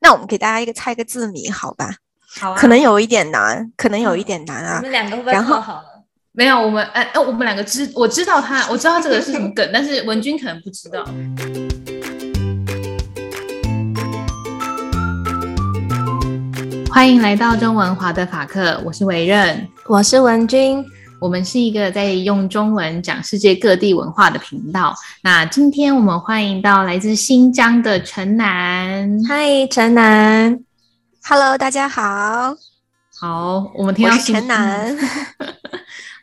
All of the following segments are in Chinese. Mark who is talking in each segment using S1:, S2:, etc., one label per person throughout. S1: 那我们给大家一个猜一个字谜，好吧？
S2: 好啊，
S1: 可能有一点难，可能有一点难
S2: 我
S1: 啊。
S2: 们两个会不会
S1: 然后
S2: 做好了？
S3: 没有，我们哎哎，我们两个知我知道他，我知道这个是 什么梗，但是文君可能不知道。欢迎来到中文华德法克，我是维任，
S4: 我是文君，
S3: 我们是一个在用中文讲世界各地文化的频道。那今天我们欢迎到来自新疆的陈楠。
S4: 嗨，陈楠，
S1: Hello，大家好，
S3: 好，我们听
S1: 我
S3: 到
S1: 是
S3: 新
S1: 陈楠。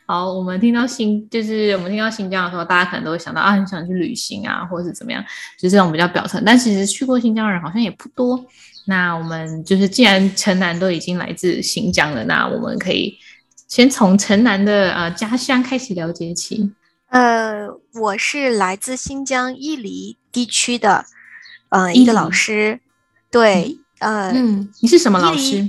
S3: 好，我们听到新就是我们听到新疆的时候，大家可能都会想到啊，很想去旅行啊，或者是怎么样，就是这种比较表层。但其实去过新疆的人好像也不多。那我们就是既然城南都已经来自新疆了，那我们可以先从城南的呃家乡开始了解起。
S1: 呃，我是来自新疆伊犁地区的，呃，
S3: 伊
S1: 一个老
S3: 犁
S1: 师，对，呃，
S4: 嗯，
S3: 你是什么老
S1: 伊
S3: 师？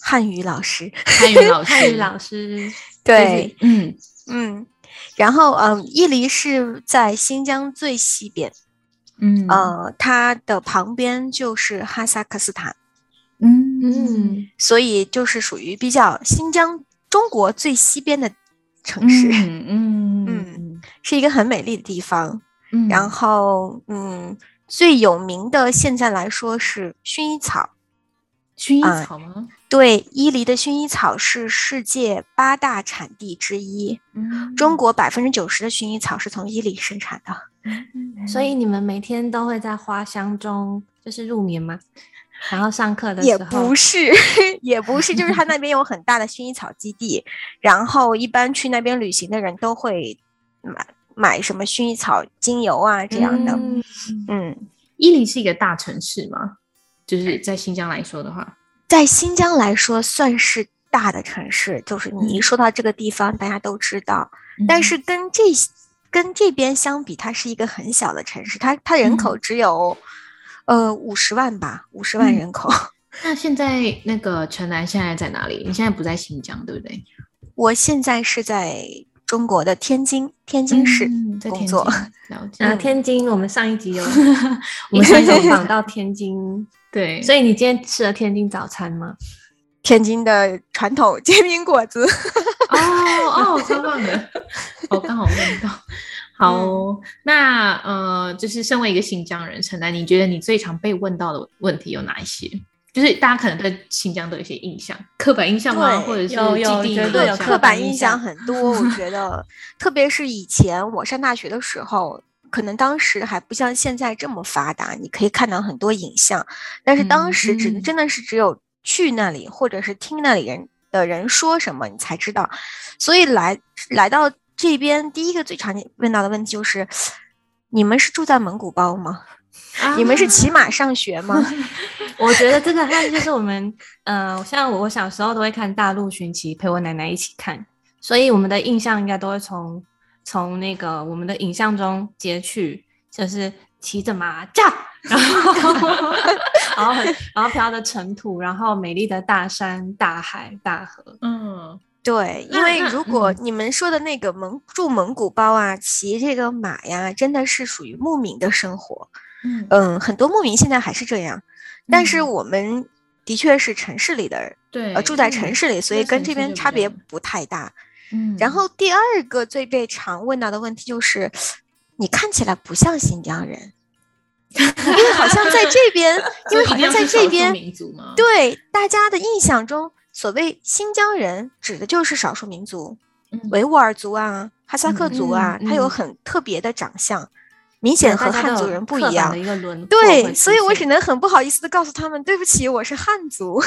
S1: 汉语老师，
S3: 汉语老 师。
S4: 汉语老师，
S1: 对，
S3: 就是。嗯，
S1: 嗯，然后嗯，伊犁是在新疆最西边，
S3: 嗯
S1: 呃，它的旁边就是哈萨克斯坦，
S3: 嗯嗯
S4: 嗯，
S1: 所以就是属于比较新疆中国最西边的城市，
S3: 嗯嗯嗯
S1: 是一个很美丽的地方。
S3: 嗯，
S1: 然后嗯，最有名的现在来说是薰衣草。
S3: 薰衣
S1: 啊
S3: 草吗？
S1: 对，伊犁的薰衣草是世界八大产地之一，
S3: 嗯
S1: 中国百分之九十的薰衣草是从伊犁生产的。
S4: 嗯所以你们每天都会在花香中就是入眠吗？然后上课的
S1: 也
S4: 时候
S1: 不，是， 也不是，就是他那边有很大的薰衣草基地，然后一般去那边旅行的人都会买买什么薰衣草精油啊这样的。
S4: 嗯
S1: 嗯，
S3: 伊犁是一个大城市吗？就是在新疆来说的话，
S1: 在新疆来说算是大的城市，就是
S3: 嗯
S1: 你一说到这个地方，大家都知道。但是跟这些跟这边相比，它是一个很小的城市，它它人口只有、呃五十万吧，五十万
S3: 嗯
S1: 人口。
S3: 那现在那个陈楠现在在哪里？你现在不在新疆，对不对？
S1: 我现在是在中国的天津，天津市。
S3: 嗯在
S1: 工
S3: 天津
S1: 作，嗯
S3: 了解。
S4: 啊，天津，我们上一集 有
S3: 我们上一集有
S4: 有访到天津，
S3: 对，
S4: 所
S3: 以
S4: 以你今天吃了天津早餐吗？
S1: 天津的传统 煎饼果子。
S3: 哦哦，超棒的，我刚好问到。
S1: 嗯
S3: 好哦，那呃，就是身为一个新疆人，陈楠，你觉得你最常被问到的问题有哪一些？就是大家可能对新疆都有一些印象，刻板印象吗？
S1: 对
S3: 或者是
S4: 有有
S3: 既定
S4: 绝对
S3: 印
S1: 对
S4: 有
S3: 象
S1: 刻
S4: 刻
S1: 板
S4: 板
S1: 印
S4: 印
S1: 象
S4: 象
S1: 很多，我觉得，特别是以前我上大学的时候，可能当时还不像现在这么发达，你可以看到很多影像，但是当
S3: 嗯
S1: 时只、
S4: 嗯
S1: 真的是只有去那里或者是听那里人的人说什么，你才知道。所以来来到这边，第一个最常见问到的问题就是。你们是住在蒙古包吗？
S3: 啊
S1: 你们是骑马上学吗？
S4: 我觉得这个它就是我们，呃，像我小时候都会看《大陆寻奇》，陪我奶奶一起看，所以我们的印象应该都会从从那个我们的影像中截去，就是骑着马驾，然后 然后很然后飘着尘土，然后美丽的大山、大海、大河，
S3: 嗯，
S1: 对，因
S3: 那
S1: 为
S3: 那
S1: 如果你们说的那个蒙住蒙古包啊，骑这个马呀，真的是属于牧民的生活。
S3: 嗯
S1: 嗯，很多牧民现在还是这样，但是
S3: 嗯
S1: 我们的确是城市里的人，
S3: 对，
S1: 呃，住在城市里，所
S3: 那
S1: 以跟
S3: 城
S1: 这
S3: 市
S1: 边
S3: 就比
S1: 差
S3: 较
S1: 别
S3: 难
S1: 不太大。
S3: 嗯，
S1: 然后第二个最被常问到的问题就是，你看起来不像新疆人，因为好像在这 边，因为
S3: 所
S1: 好
S3: 以一定要
S1: 像在
S3: 是少
S1: 这
S3: 数
S1: 边，
S3: 民族吗？
S1: 对大家的印象中，所谓新疆人指的就是少数民族，
S3: 嗯
S1: 维吾尔族啊、哈萨克族啊，
S4: 嗯
S1: 他有
S4: 嗯
S1: 很特别的长相，明显和
S4: 大家
S1: 汉
S4: 都
S1: 族
S4: 有
S1: 人不
S4: 刻
S1: 一
S4: 板
S1: 样
S4: 的。一个轮廓
S1: 对，
S4: 会
S1: 所
S4: 出
S1: 以我
S4: 现
S1: 只能很不好意思的告诉他们，对不起，我是汉族，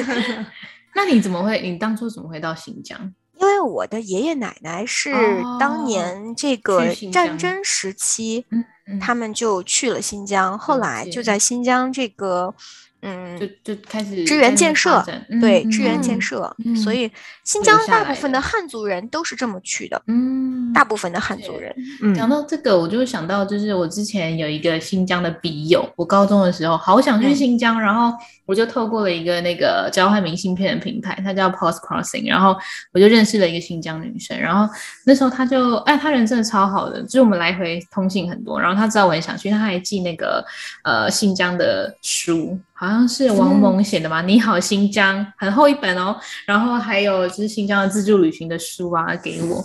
S3: 那你怎么会？你当初怎么会到新疆？
S1: 因为我的爷爷奶奶是
S3: 哦
S1: 当年这个
S3: 新
S1: 战
S3: 疆
S1: 争时期，
S3: 嗯
S1: 他们就去了新疆，后
S3: 了
S1: 来就
S3: 解
S1: 在新疆这个嗯，
S3: 就就开始
S1: 支援建设
S3: 在那边发展，
S1: 对，
S3: 嗯
S1: 支援建
S3: 嗯
S1: 设，
S3: 嗯
S1: 所以新
S3: 留
S1: 疆
S3: 下
S1: 大
S3: 来
S1: 部分
S3: 的
S1: 的汉族人都是这么去的，
S3: 嗯，
S1: 大部分的汉族人，
S3: 讲
S1: 嗯，
S3: 到这个，我就想到，就是我之前有一个新疆的笔友，我高中的时候好想去
S1: 嗯
S3: 新疆，然后我就透过了一个那个交换明信片的平台，它叫 Post Crossing，然后我就认识了一个新疆女生，然后那时候她就，哎，她人真的超好的，就是我们来回通信很多，然后她知道我很想去，她还寄那个呃新疆的书，好像是王蒙写的嘛，你好新疆》，很厚一本哦，然后还有就是新疆的自助旅行的书啊给我。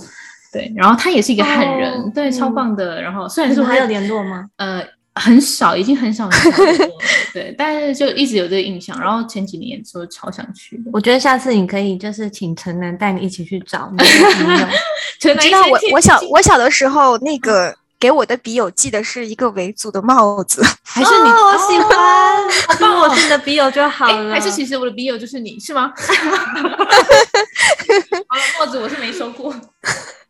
S3: 对，然后他也是一个汉人，
S4: 哦
S3: 对，超
S4: 嗯
S3: 棒的。然后虽然
S4: 你
S3: 说
S4: 们还
S3: 他
S4: 有联络吗？
S3: 呃，很少，已经很少很少联络了对，但是就一直有这个印象。然后前几年就超想去的，
S4: 我觉得下次你可以就是请陈楠带你一起去 找你的朋友。
S3: 你
S1: 你知道我我小我小的时候那个。给我的笔友寄的是一个维族的帽子，
S3: 还是你，
S4: 哦我喜欢，帮我是你的笔友就好
S3: 哦哎，
S4: 了。
S3: 还是其实我的笔友就是你是吗？好了，帽子我是没收过。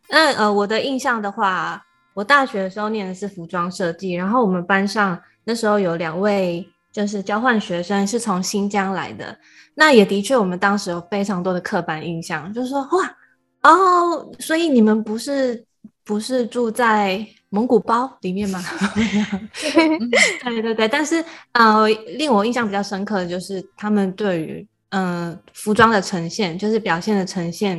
S4: 那呃，我的印象的话，我大学的时候念的是服装设计，然后我们班上那时候有两位就是交换学生是从新疆来的，那也的确我们当时有非常多的刻板印象，就是说哇哦，所以你们不是不是住在蒙古包里面 吗？
S3: 嗯
S4: 对对对，但是呃，令我印象比较深刻的就是他们对于呃服装的呈现，就是表现的呈现，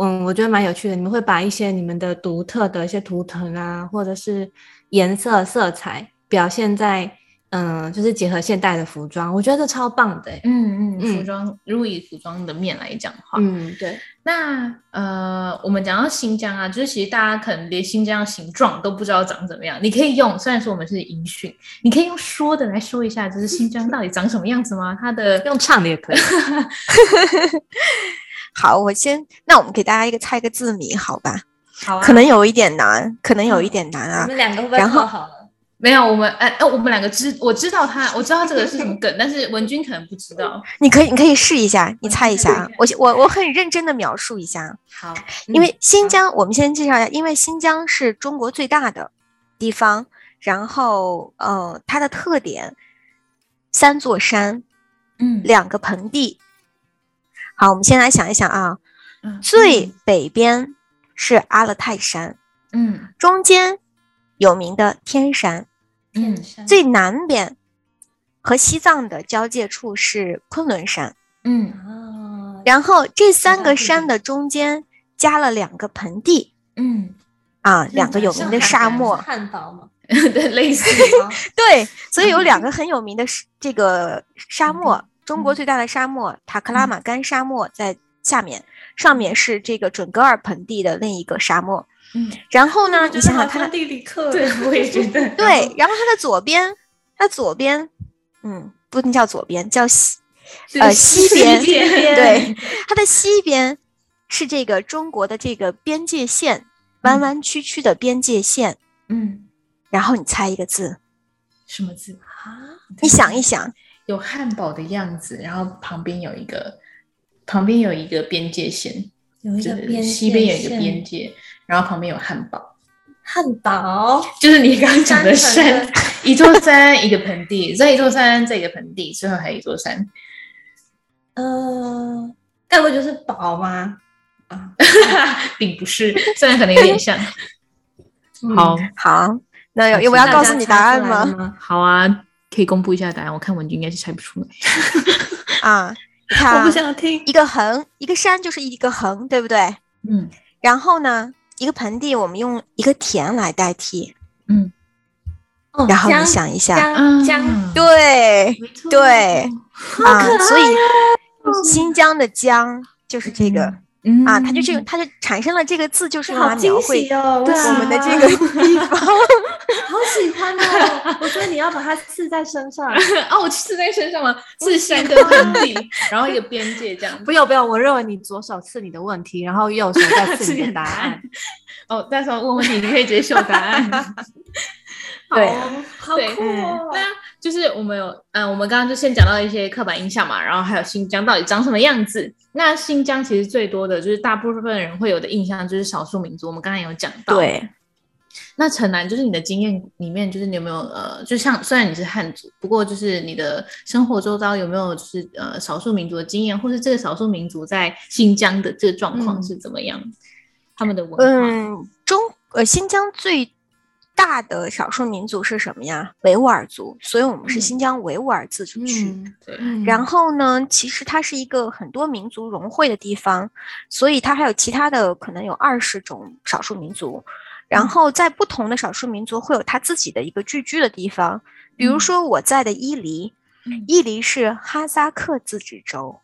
S4: 嗯，我觉得蛮有趣的。你们会把一些你们的独特的一些图腾啊，或者是颜色、色彩表现在嗯、呃就是结合现代的服装，我觉得这超棒的欸、
S3: 嗯嗯，服
S4: 嗯
S3: 装如果以服装的面来讲的话，
S4: 嗯，对，
S3: 那呃，我们讲到新疆啊，就是其实大家可能连新疆的形状都不知道长怎么样。你可以用，虽然说我们是音讯，你可以用说的来说一下，就是新疆到底长什么样子吗？它的
S4: 用唱的 也可以。
S1: 好，我先，那我们给大家一个猜一个字谜，好吧？
S3: 好啊
S1: 可能有一点难，可能有一
S3: 嗯
S1: 点难啊
S4: 你。们两个会不会
S1: 然后
S4: 做好了？
S3: 没有，我们哎哎、我们两个知我知道它，我知道这个是什么梗，但是文君可能不知道。
S1: 你可以，你可以试一下，你猜一下啊。
S3: 我
S1: 我我我很认真的描述一下啊，
S3: 好，
S1: 因为新
S3: 嗯好
S1: 疆，我们先介绍一下，因为新疆是中国最大的地方，然后呃，它的特点三座山，
S3: 嗯
S1: 两个盆地。好，我们先来想一想啊，
S3: 嗯
S1: 最北边是阿勒泰山，
S3: 嗯
S1: 中间有名的天山，
S3: 嗯
S1: 最南边和西藏的交界处是昆仑山，
S3: 嗯
S4: 啊，
S1: 然后这三
S4: 藏
S1: 个
S4: 地
S1: 山
S4: 理
S1: 的中间加了两个盆地
S3: 嗯，
S1: 啊，
S3: 是
S1: 两个
S3: 的
S1: 有
S3: 像
S1: 名的
S3: 海
S1: 沙
S3: 南
S1: 漠，
S4: 汉堡哦嘛，
S3: 对，类似
S1: 呃
S3: 吗
S1: 对，所以有两个很有名的是这个沙
S3: 盆
S1: 漠，中国
S3: 嗯
S1: 最大的沙漠塔克
S4: 嗯
S1: 拉玛干沙漠在下面，上面是这个准格尔盆地的另一个沙漠。
S3: 嗯，
S1: 然后呢，
S4: 我
S1: 你
S4: 觉得
S1: 想
S4: 好
S1: 想看
S4: 像
S1: 它，
S4: 地理课。
S3: 对，我也觉得
S1: 对，，然后它的左边，它左边，嗯，不能叫左边，叫西，呃，西边，对，它的西边是这个中国的这个边界线，弯
S3: 嗯
S1: 弯曲曲的边界线。
S3: 嗯，
S1: 然后你猜一个字，
S3: 什么字？
S4: 啊，
S1: 你想一想，
S3: 有汉堡的样子，然后旁边有一个，旁边有一个边界线，
S4: 有一
S3: 就
S4: 个
S3: 是
S4: 边
S3: 西边有一
S4: 界
S3: 个
S4: 线
S3: 边界，然后旁边有汉堡，
S4: 汉堡。
S3: 就是你 刚刚讲的
S4: 三
S3: 山，一座山一个盆地，这一座山这个盆地，最后还有一座山，
S4: 呃，该不会就是宝吗？
S3: 并不是，虽然可能有点像。
S4: 嗯
S3: 嗯好，
S1: 好，那
S3: 好
S1: 要我
S3: 请
S1: 要
S3: 大
S1: 告
S3: 家
S1: 诉你答案吗？
S4: 吗？
S3: 好啊，可以公布一下答案，我看文君应该是猜不出来。
S1: 啊，你看
S4: 我不
S1: 啊，
S4: 想听。
S1: 一个横，一个山就是一个横，对不对？
S3: 嗯
S1: 然后呢，一个盆地我们用一个田来代替，
S3: 嗯，
S4: 哦
S1: 然后你
S4: 姜
S1: 想一下，
S4: 姜姜，
S3: 啊，
S1: 对
S3: 没错
S1: 对啊，所以
S4: 哦
S1: 新疆的疆就是这个
S3: 嗯
S1: 啊，它就是它就产生了这个字，就是
S4: 这
S1: 用来
S4: 好
S1: 描
S4: 惊
S1: 绘
S4: 喜哦！
S3: 对啊
S1: 我们的这个地方。
S4: 好喜欢哦！我觉得你要把它刺在身上。
S3: 哦，我刺在身上吗？刺山跟盆地，然后一个边界这样。
S4: 不用不用，我认为你左手刺你的问题，然后右手再刺
S3: 刺
S4: 你
S3: 你
S4: 的
S3: 的
S4: 答
S3: 答
S4: 案
S3: 案。哦，到时候问问题，你可以直接秀 答案。
S1: 对
S3: 好
S1: 啊
S4: 好
S3: 对
S4: 酷哦！
S3: 那就是我们有，嗯、我们刚刚就先讲到一些刻板印象嘛，然后还有新疆到底长什么样子。那新疆其实最多的就是大部分人会有的印象就是少数民族，我们刚才有讲到，，那城南就是你的经验里面，就是你有没有呃，就像虽然你是汉族，不过就是你的生活周遭有没有就是呃少数民族的经验，或是这个少数民族在新疆的这个状况
S4: 嗯
S3: 是怎么样？他们的文化，
S1: 嗯，中呃新疆最大的少数民族是什么呀？维吾尔族，所以我们是
S3: 嗯
S1: 新疆维吾尔自治区。
S3: 对，
S1: 然后呢，其实它是一个很多民族融汇的地方，所以它还有其他的可能有二十种少数民族，然
S3: 嗯
S1: 后在不同的少数民族会有它自己的一个聚居的地方。比如
S3: 嗯
S1: 说我在的伊犁，
S3: 嗯
S1: 伊犁是哈萨克自治州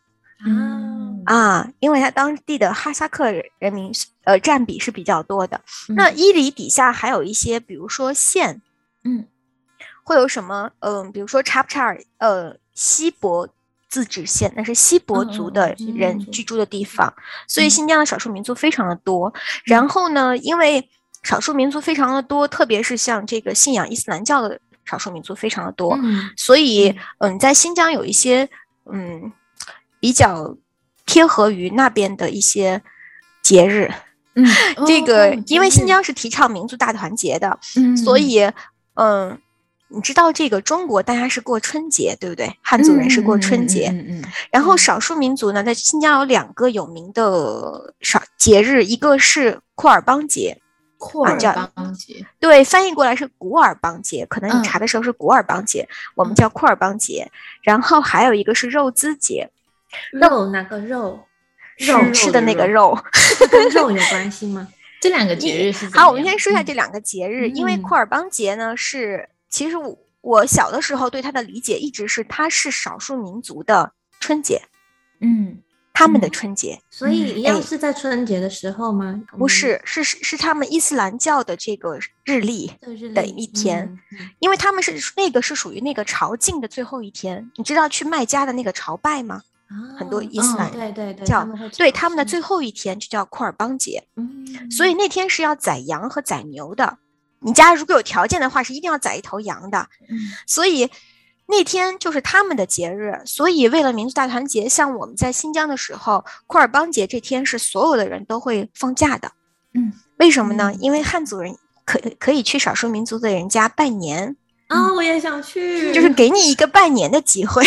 S3: 嗯
S1: 啊，因为它当地的哈萨克人人民是呃占比是比较多的。那伊犁底下还有一些，比如说县
S3: 嗯
S1: 会有什么？嗯、比如说查普查尔，呃，锡伯自治县，那是锡伯族
S3: 嗯嗯
S1: 的
S3: 锡伯
S1: 人
S3: 族
S1: 居住的地方，所以
S3: 嗯
S1: 新疆的少数民族非常的多。然后呢，因为少数民族非常的多，特别是像这个信仰伊斯兰教的少数民族非常的多，
S4: 嗯
S1: 所以嗯、在新疆有一些嗯比较贴合于那边的一些节日。
S3: 嗯，
S1: 这
S3: 哦
S1: 个
S3: 哦
S1: 因为新
S3: 真的
S1: 疆是提倡民族大团结的，
S3: 嗯
S1: 所以，嗯，你知道这个中国大家是过春节，对不对？汉族人是过春节，
S3: 嗯嗯嗯嗯嗯嗯
S1: 然后
S4: 嗯
S1: 少数民族呢，在新疆有两个有名的少节日，一个是库尔邦节，
S3: 库
S1: 啊
S3: 尔
S1: 叫
S3: 邦节，
S1: 对，翻译过来是古尔邦节，可能
S3: 嗯
S1: 你查的时候是古尔邦节，我们
S3: 嗯
S1: 叫库尔邦节。然后还有一个是肉孜节，
S4: 肉哪个肉？
S1: 是
S4: 肉
S1: 嗯吃的那个
S4: 肉，
S1: 肉。
S4: 这跟肉有关系 吗？
S3: 这两个节日是怎么样
S1: 好，我们先说一下这两个节日，因为
S4: 嗯
S1: 库尔邦节呢是，其实我我小的时候对它的理解一直是它是少数民族的春节，
S3: 嗯
S1: 他们的
S3: 嗯
S1: 春节、
S4: 所以一样
S1: 哎
S4: 是在春节的时候吗？嗯
S1: 不
S3: 嗯
S1: 是是是是他们伊斯兰教的这个日历，
S4: 嗯，就是
S1: 的一天，
S4: 嗯
S1: 因为他们是那个是属于那个朝觐的最后一天，你知道去麦加的那个朝拜吗？
S4: 嗯
S1: 很多
S4: 哦
S1: 伊斯
S4: 嗯
S1: 兰
S4: 对对对，
S1: 教
S4: 他们会
S1: 对，
S4: 朝
S1: 他们的
S3: 嗯
S4: 圣
S1: 最后一天就叫库尔邦节，
S4: 嗯
S1: 所以那天是要宰羊和宰牛的。你家如果有条件的话，是一定要宰一头羊的。
S3: 嗯
S1: 所以那天就是他们的节日，所以为了民族大团结，像我们在新疆的时候，库尔邦节这天是所有的人都会放假的。
S3: 嗯，
S1: 为什么呢？
S4: 嗯
S1: 因为汉族人可可以去少数民族的人家拜年，
S4: 啊，我也想去，
S1: 就是给你一个拜年的机会，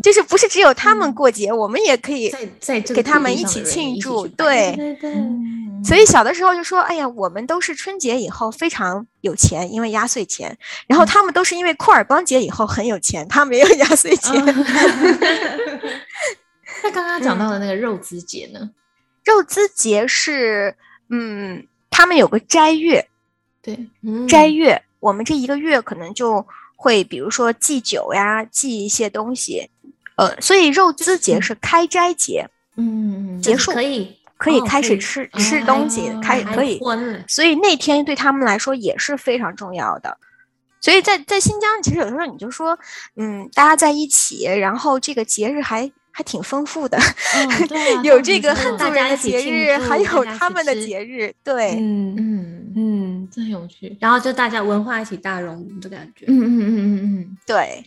S1: 就是不是只有他们
S4: 嗯
S1: 过节，我们也可以
S3: 在在这个
S1: 给他
S3: 地
S1: 们
S3: 理
S1: 一
S3: 上
S1: 起
S3: 的人
S1: 庆
S3: 一起
S1: 祝，
S3: 去拜
S1: 对
S4: 对。对对，
S3: 嗯
S1: 所以小的时候就说，哎呀，我们都是春节以后非常有钱，因为压岁钱。然
S4: 嗯
S1: 后他们都是因为库尔邦节以后很有钱，他们也有压
S4: 嗯
S1: 岁钱。
S3: 哦那刚刚讲到的那个肉孜节呢？
S1: 肉孜节是，嗯，他们有个斋月，
S3: 对，
S4: 嗯
S1: 斋月，我们这一个月可能就会，比如说祭酒呀，祭一些东西，呃，所以肉孜
S4: 嗯
S1: 节是开斋节，
S3: 嗯，
S1: 结
S4: 就是
S1: 束
S4: 可以
S1: 可以
S4: 哦
S1: 开
S4: 可
S1: 始
S4: 以
S1: 吃、
S3: 哦
S1: 吃东西，开
S4: 还
S1: 可以，
S4: 荤了
S1: 所以那天对他们来说也是非常重要的。所以在在新疆，其实有时候你就说，嗯，大家在一起，然后这个节日还还挺丰富的，
S3: 嗯，对啊
S1: 有这个
S3: 样
S1: 汉
S3: 子真的
S1: 族
S4: 大
S1: 人
S4: 家
S1: 的
S4: 一起
S1: 节
S4: 庆
S1: 日，还
S4: 祝大
S1: 有
S4: 家一
S1: 他
S4: 起
S1: 们的
S4: 吃
S1: 节日，对，
S4: 嗯
S3: 嗯，
S4: 嗯，
S3: 真有趣。
S4: 然后就大家文化一起大融的感觉，
S3: 嗯嗯嗯嗯嗯。
S1: 对，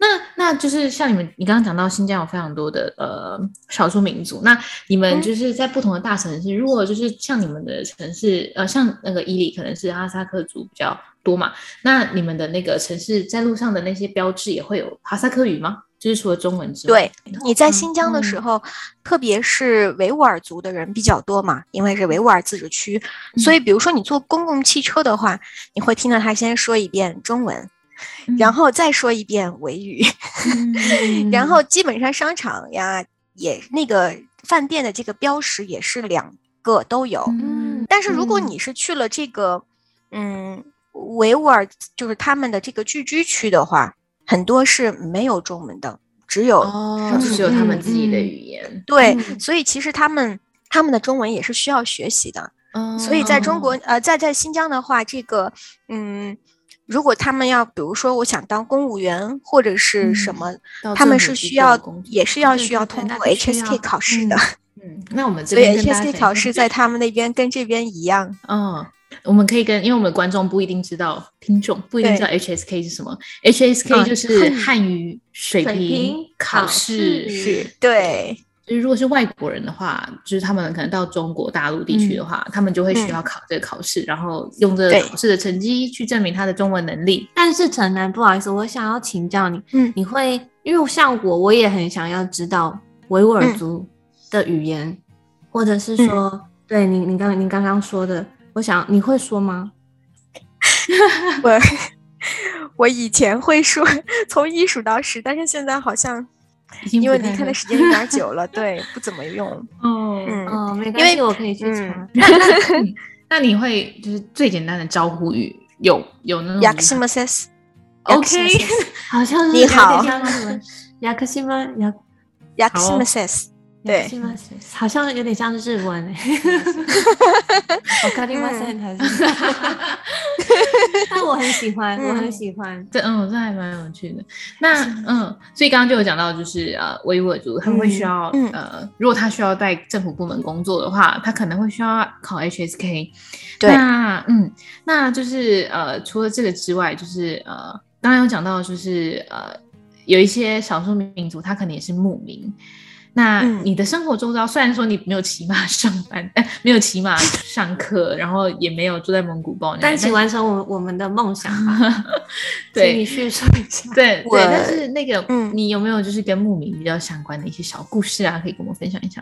S3: 那那就是像你们，你刚刚讲到新疆有非常多的呃少数民族，那你们
S1: 嗯
S3: 就是在不同的大城市，如果就是像你们的城市，呃，像那个伊犁可能是哈萨克族比较多嘛，那你们的那个城市在路上的那些标志也会有哈萨克语吗？就是除了中文之外，
S1: 对，你在
S3: 嗯
S1: 新疆的时
S4: 嗯
S1: 候，特别是维吾尔族的人比较多嘛，因为是维吾尔自治区，
S4: 嗯
S1: 所以比如说你坐公共汽车的话，你会听到他先说一遍中文，
S3: 嗯
S1: 然后再说一遍维语，
S3: 嗯
S1: 然后基本上商场呀也那个饭店的这个标识也是两个都有，
S3: 嗯
S1: 但是如果
S4: 嗯
S1: 你是去了这个，嗯，维吾尔就是他们的这个聚居区的话，很多是没有中文的，只有、
S4: 哦
S3: 就是只有他们
S4: 嗯
S3: 自己的
S4: 嗯
S3: 语言，
S1: 对，
S4: 嗯
S1: 所以其实他们他们的中文也是需要学习的。
S3: 嗯
S1: 所以在中国
S3: 哦，
S1: 呃，在在新疆的话，这个嗯，如果他们要比如说我想当公务员或者是什
S3: 嗯
S1: 么，
S3: 到
S1: 他
S3: 政
S1: 们
S3: 府
S1: 是
S3: 机
S1: 需
S3: 构
S1: 要
S3: 工作
S1: 也是要
S3: 对
S1: 需
S3: 对
S1: 要
S3: 对
S1: 通
S3: 那
S1: 过
S3: 就需
S1: HSK
S3: 要
S1: 考试的，
S3: 嗯，那我们这
S1: 所以
S3: 边跟大家讲
S1: HSK
S3: 一
S1: 考
S3: 下
S1: 试在他们那边跟这边一样。
S3: 嗯，我们可以跟，因为我们观众不一定知道，听众不一定知道 HSK 是什么
S1: 嗯
S3: ，HSK 就是汉语水
S4: 水
S3: 平
S4: 平
S3: 考
S4: 考
S3: 试，
S4: 试
S3: 是
S1: 对，
S3: 就是如果是外国人的话，就是他们可能到中国大陆地区的话，他们就会需要考这个考试，然后用这个
S1: 嗯对
S3: 考试的成绩去证明他的中文能力。
S4: 但是陈楠，不好意思，我想要请教你，
S1: 嗯
S4: 你会因为像我，我也很想要知道维吾尔族的语言，或者是说，对你你刚你刚刚说的，我想你会说吗？
S1: 我我以前会说从一数到十，但是现在好像
S3: 已经
S1: 因为
S3: 不太
S1: 离开
S3: 会
S1: 的时间有 点儿久了，对，不怎么用。
S3: 哦，
S1: 嗯，
S4: 哦，没关
S1: 因
S4: 系，我可以去查。
S1: 嗯
S3: 那那你那你会就是最简单的招呼语有有那种
S1: y a k s i m a s e s
S3: OK
S4: 好像是
S1: 你好
S4: 有点像什么雅克西吗？雅
S1: y a k s i m a s e s
S4: 雅克
S1: 对
S4: 西吗？好像有点像日文诶。 我卡蒂马森还是， 但我很喜欢，我很喜欢。
S3: 这嗯，这还蛮有趣的。那嗯，所以刚刚就有讲到，就是呃，维吾尔族他们会需要、
S1: 嗯嗯
S3: 呃，如果他需要在政府部门工作的话，他可能会需要考 HSK。
S1: 对
S3: 那嗯，那就是呃，除了这个之外，就是呃，刚刚有讲到，就是呃，有一些少数民族他可能也是牧民。那
S1: 嗯
S3: 你的生活周遭，虽然说你没有骑马上班， 哎、没有骑马上课，然后也没有住在蒙古包，
S4: 但请完成我我们的梦想 吧，
S3: 对
S4: 请你叙述一下。
S3: 对
S1: 我
S3: 对，但是那个，
S1: 嗯
S3: 你有没有就是跟牧民比较相关的一些小故事啊，可以跟我们分享一下？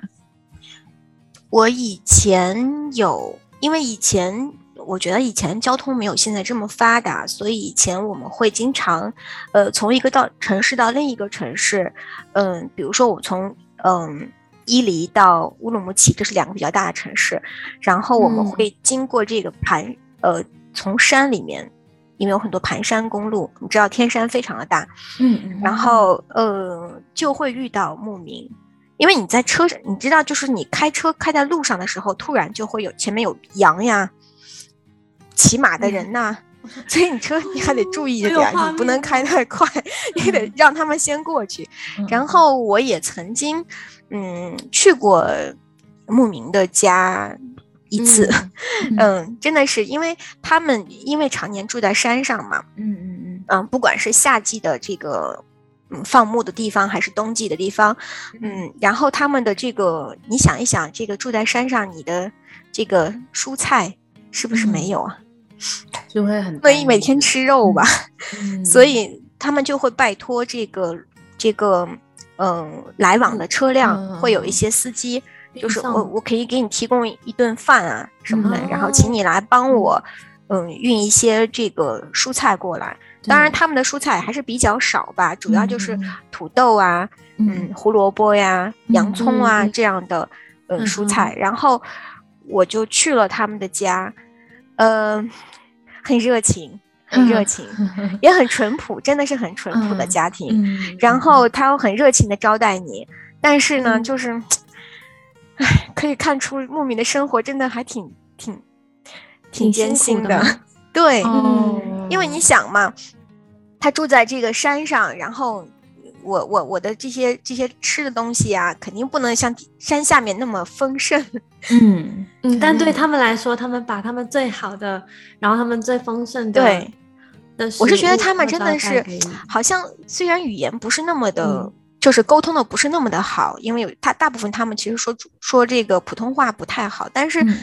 S1: 我以前有，因为以前我觉得以前交通没有现在这么发达，所以以前我们会经常，呃，从一个到城市到另一个城市，嗯、比如说我从嗯。伊犁到乌鲁木齐，这是两个比较大的城市，然后我们
S4: 嗯
S1: 会经过这个盘，呃，从山里面，因为有很多盘山公路，你知道天山非常的大，
S3: 嗯
S1: 然后呃就会遇到牧民，因为你在车上，你知道，就是你开车开在路上的时候，突然就会有前面有羊呀、骑马的人呐、 所以你车你还得注意着
S4: 嗯好有
S1: 点儿，
S4: 画
S1: 你不能
S4: 面嗯
S1: 开太快，你得让他们先过去。
S3: 嗯
S1: 然后我也曾经，嗯，去过牧民的家一次，嗯真的是因为他们因为常年住在山上嘛，
S3: 嗯嗯
S1: 嗯、不管是夏季的这个嗯放牧的地方，还是冬季的地方，嗯，然后他们的这个，你想一想，这个住在山上，你的这个蔬菜是不是没有啊？
S3: 嗯，就会很
S1: 所以每天吃肉吧，
S3: 嗯，
S1: 所以他们就会拜托这个这个嗯来往的车辆、
S3: 嗯
S1: 会有一些司机，就是
S4: 运送
S1: 我我可以给你提供一顿饭啊什么的，
S4: 嗯
S1: 然后
S3: 哦
S1: 请你来帮我嗯运一些这个蔬菜过来。当然，
S3: 对
S1: 他们的蔬菜还是比较少吧，主要就是
S3: 嗯嗯
S1: 土豆啊、嗯，胡萝卜呀、洋葱啊、
S4: 嗯嗯
S1: 这样的呃
S3: 嗯
S1: 蔬菜。然后我就去了他们的家，呃，很热情，很热情，
S3: 嗯
S1: 也很淳朴，真的是很淳朴的
S3: 嗯
S1: 家庭。
S3: 嗯
S1: 然后他又很热情的招待你，但是呢，
S4: 嗯
S1: 就是，唉，可以看出牧民的生活真的还挺挺挺艰辛
S4: 辛苦的嘛，
S1: 对，
S3: 哦，
S1: 因为你想嘛，他住在这个山上，然后我我我的这些这些吃的东西啊，肯定不能像山下面那么丰盛。
S3: 嗯
S4: 嗯，但对
S3: 嗯
S4: 他们来说，他们把他们最好的，然后他们最丰盛的，
S1: 对
S4: 的
S1: 我是
S4: 食
S1: 觉得
S4: 物
S1: 他们
S4: 都
S1: 真
S4: 招
S1: 的
S4: 待
S1: 是
S4: 给你，
S1: 好像虽然语言不是那么的，
S4: 嗯
S1: 就是沟通的不是那么的好，因为有他大部分他们其实说主说这个普通话不太好，但是
S3: 嗯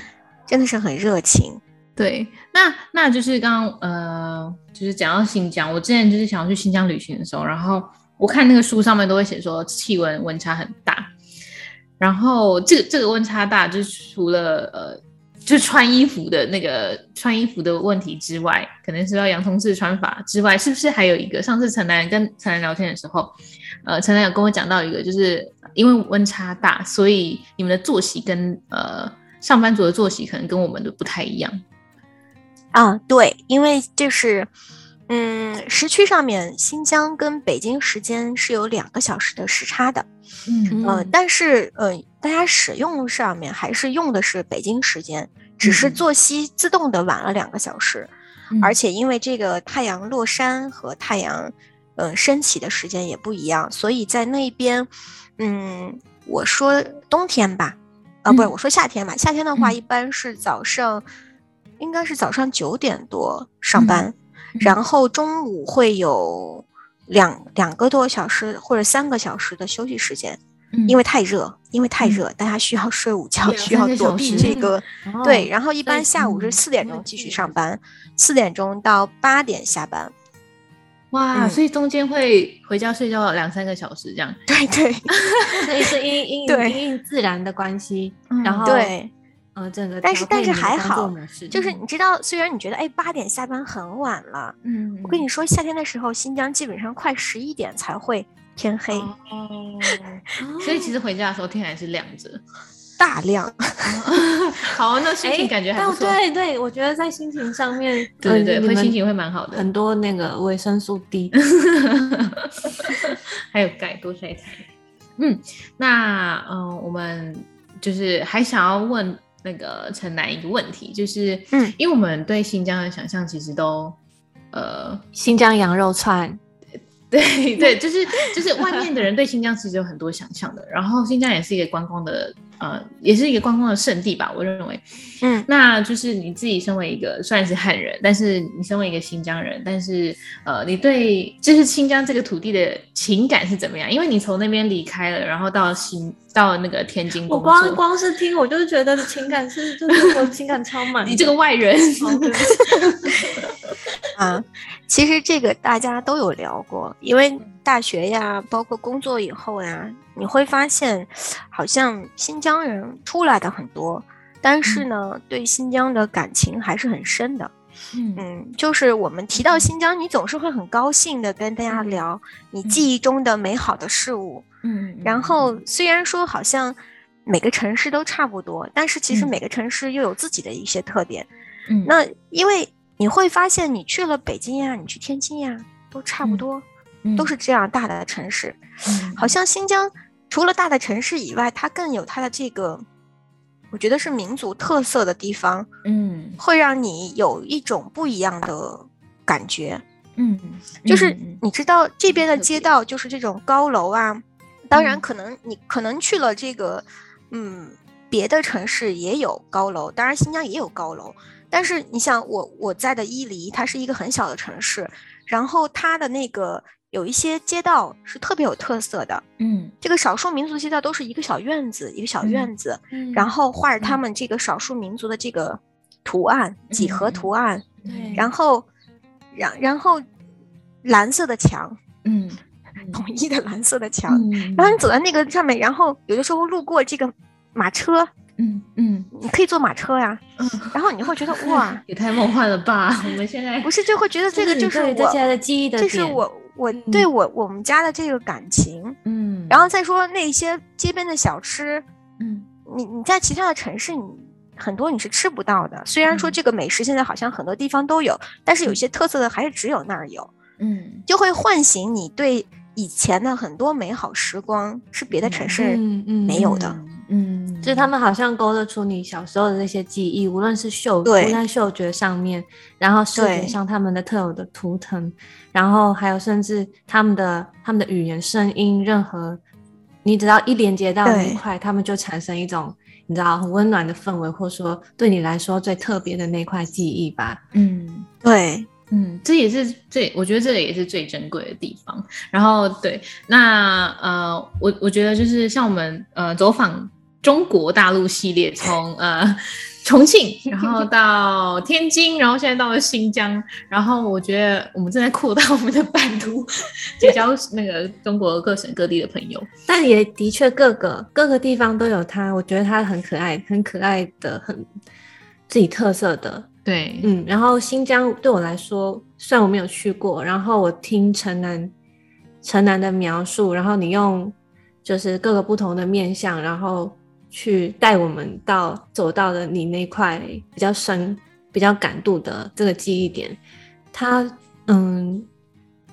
S1: 真的是很热情。
S3: 对，那那就是刚刚呃，就是讲到新疆，我之前就是想要去新疆旅行的时候，然后我看那个书上面都会写说气温温差很大，然后这个这个温差大，就是除了呃，就穿衣服的那个穿衣服的问题之外，可能是要洋葱式穿法之外，是不是还有一个？上次陈楠跟陈楠聊天的时候，呃，陈楠有跟我讲到一个，就是因为温差大，所以你们的作息跟呃上班族的作息可能跟我们的不太一样。
S1: 啊，对，因为就是，嗯，时区上面，新疆跟北京时间是有两个小时的时差的，
S3: 嗯
S1: 呃，
S4: 嗯
S1: 但是呃，大家使用上面还是用的是北京时间，只是
S3: 嗯
S1: 作息自动的晚了两个小时，而且因为这个太阳落山和太阳，嗯、升起的时间也不一样，所以在那边，嗯，我说冬天吧，啊、不是，
S3: 嗯
S1: 我说夏天吧。夏天的话，
S3: 嗯
S1: 一般是早上，应该是早上九点多上班，
S3: 嗯
S1: 然后中午会有两两个多小时或者三个小时的休息时间，
S3: 嗯
S4: 嗯
S1: 因为太热，因为太热，大家需要睡午
S4: 啊
S1: 觉，
S3: 两
S1: 需要
S3: 三个
S1: 躲
S3: 小
S1: 避
S3: 时
S1: 这个。
S4: 哦
S1: 对，，然后一
S4: 所以
S1: 般下午
S4: 嗯
S1: 是四点
S4: 因为
S1: 钟继
S4: 这
S1: 续
S4: 个
S1: 上班，四点钟到八点下班。
S3: 哇，
S1: 嗯
S3: 所以中间会回家睡觉两三个小时这样。
S1: 对对
S4: 所以是 因因
S1: 对
S4: 因应自然的关系，然后
S1: 对，
S4: 呃整个
S1: 但是
S4: 调配
S1: 但是
S4: 你的
S1: 还
S4: 工作
S1: 好
S4: 模式
S1: 就是你知道，虽然你觉得哎八点下班很晚了，
S3: 嗯，
S1: 我跟你说，夏天的时候新疆基本上快十一点才会天黑，
S4: 哦，
S3: 所以其实回家的时候天还是亮着。
S1: 大量。
S3: 好，那心情感觉还不
S4: 哦但
S3: 错。
S4: 对对，哎我觉得在心情上面，
S3: 对
S4: 呃
S3: 对
S4: 你
S3: 对，会
S4: 们
S3: 心情会蛮好的
S4: 很。多那个维生素 D，
S3: 还有钙，多晒太阳。嗯，那嗯、呃我们就是还想要问那个陈楠一个问题，就是
S1: 嗯
S3: 因为我们对新疆的想象其实都呃
S4: 新疆羊肉串，
S3: 对对，就是就是外面的人对新疆其实有很多想象的，然后新疆也是一个观光的呃，也是一个观光的圣地吧，我认为。
S1: 嗯
S3: 那就是你自己身为一个虽然是汉人，但是你身为一个新疆人，但是呃，你对就是新疆这个土地的情感是怎么样？因为你从那边离开了，然后到新到那个天津
S4: 我
S3: 工
S4: 光
S3: 作，
S4: 光是听我就觉得情感是，就是我情感超满的。
S3: 你这个外人，
S4: 哦对不起
S1: 啊，其实这个大家都有聊过，因为
S3: 嗯
S1: 大学呀，包括工作以后呀，你会发现，好像新疆人出来的很多，但是呢，对新疆的感情还是很深的。
S3: 嗯
S1: 嗯，就是我们提到新疆，你总是会很高兴的跟大家聊你记忆中的美好的事物。
S3: 嗯
S1: 然后虽然说好像每个城市都差不多，但是其实
S3: 嗯
S1: 每个城市又有自己的一些特点。
S3: 嗯
S1: 那因为你会发现，你去了北京呀，你去天津呀，都差不
S3: 嗯
S1: 多，
S3: 那
S1: 都是这样大的城市。好
S3: 好
S1: 像新疆除了大的城市以外，它更有它的这个，我觉得是民族特色的地方，
S3: 嗯
S1: 会让你有一种不一样的感觉。
S3: 嗯，
S1: 就是
S3: 嗯
S1: 你知道这边的
S3: 特
S1: 街
S3: 别
S1: 道就是这种高楼啊，当然
S3: 嗯
S1: 可能你可能去了这个，嗯，别的城市也有高楼，当然新疆也有高楼，但是你想我我在的伊犁，它是一个很小的城市，然后它的那个有一些街道是特别有特色的，
S3: 嗯，
S1: 这个少数民族街道都是一个小院子一个小
S3: 嗯
S1: 院子，
S3: 嗯
S1: 然后画着他
S3: 嗯
S1: 们这个少数民族的这个图案几何
S3: 嗯
S1: 图案，
S4: 对
S1: 然后，然然后蓝色的墙，
S3: 嗯
S1: 统一的蓝色的墙。
S3: 嗯，
S1: 然后你走在那个上面，然后有的时候路过这个马车，
S3: 嗯嗯
S1: 你可以坐马车呀、
S3: 嗯，
S1: 然后你会觉得哇，
S3: 也太梦幻了吧！我们现在
S1: 不是就会觉得这个
S4: 你
S1: 就是
S4: 对这
S1: 我，
S4: 些的记忆的
S1: 这是
S4: 点
S1: 我我对
S4: 嗯
S1: 我我们家的这个感情。
S3: 嗯，
S1: 然后再说那些街边的小吃，
S3: 嗯
S1: 你你在其他的城市你。很多你是吃不到的，虽然说
S3: 嗯
S1: 这个美食现在好像很多地方都有，但是有
S3: 嗯
S1: 些特色的还是只有那儿有。
S3: 嗯
S1: 就会唤醒你对以前的很多美好时光是别的城市
S4: 嗯嗯
S1: 没有的
S3: 嗯，嗯
S4: 就是他们好像勾勒出你小时候的那些记忆，无论是嗅，无
S1: 对
S4: 论在嗅觉上面，然后视觉
S1: 对
S4: 上他们的特有的图腾，然后还有甚至他们的他们的语言、声音，任何你只要一连接到那一
S1: 对
S4: 块，他们就产生一种你知道很温暖的氛围，或者说对你来说最特别的那块记忆吧。
S3: 嗯。
S1: 对
S3: 嗯，这也是最，我觉得这个也是最珍贵的地方。然后对，那呃，我我觉得就是像我们呃走访中国大陆系列，从呃重庆，然后到天津，然后现在到了新疆，然后我觉得我们正在扩大我们的版图，结交那个中国各省各地的朋友。
S4: 但也的确各个各个地方都有它，我觉得它很可爱，很可爱的，很自己特色的
S3: 对，
S4: 嗯，然后新疆对我来说，虽然我没有去过，然后我听城南城南的描述，然后你用就是各个不同的面相，然后去带我们到走到了你那块比较深、比较感度的这个记忆点。它，嗯，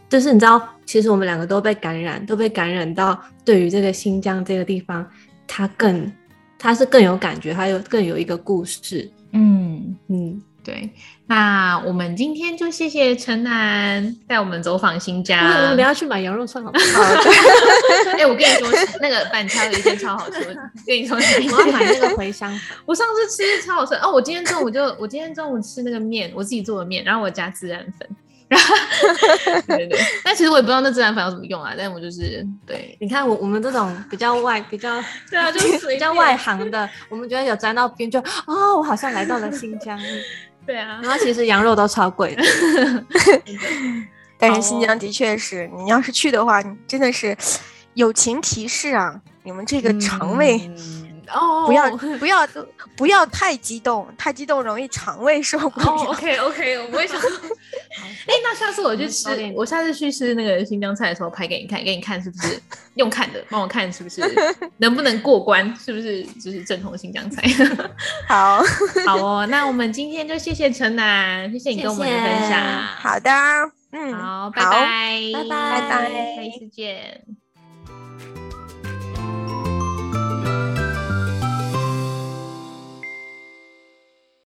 S4: 就是你知道，其实我们两个都被感染，都被感染到对于这个新疆这个地方，它更它是更有感觉，还有更有一个故事，
S3: 嗯。
S4: 嗯。
S3: 对，那我们今天就谢谢陈楠带我们走访新疆。
S4: 那我们等一下去买羊肉串好 不好？
S3: 哎、我跟你说，那个板桥有一间超好吃， 我跟你说，你
S4: 我要买那个茴香粉。
S3: 我上次吃超好吃哦，我今天中午就我今天中午吃那个面，我自己做的面，然后我加孜然粉。 对对对，但其实我也不知道那自然反有什么用啊，但我就是对
S4: 你看我我们这种比较外比 较
S3: 对啊，就是
S4: 比较外行的，我们觉得有沾到边就哦，我好像来到了新 疆。
S3: 对啊，
S4: 然后其实羊肉都超贵的，
S1: 但
S3: 好
S1: 是新
S3: 哦
S1: 疆的确是，你要是去的话，你真的是友情提示啊，你们这个肠胃
S3: 嗯 哦，
S1: 不要、不要不要太激动，太激动容易肠胃受 不了。
S3: 哦，OK OK，我不会想说。哎，那下次我去吃
S4: 早点，
S3: 我下次去吃那个新疆菜的时候，拍给你看，给你看是不 是用看的，帮我看是不是能不能过关，是不是就是正统新疆菜。
S1: 好
S3: 好哦，那我们今天就谢谢陈楠，谢谢你跟我们的分享。
S1: 好的，嗯，
S3: 好，拜
S1: 好
S3: 拜，
S4: 拜拜
S1: 拜拜
S3: 下一次见。
S4: 拜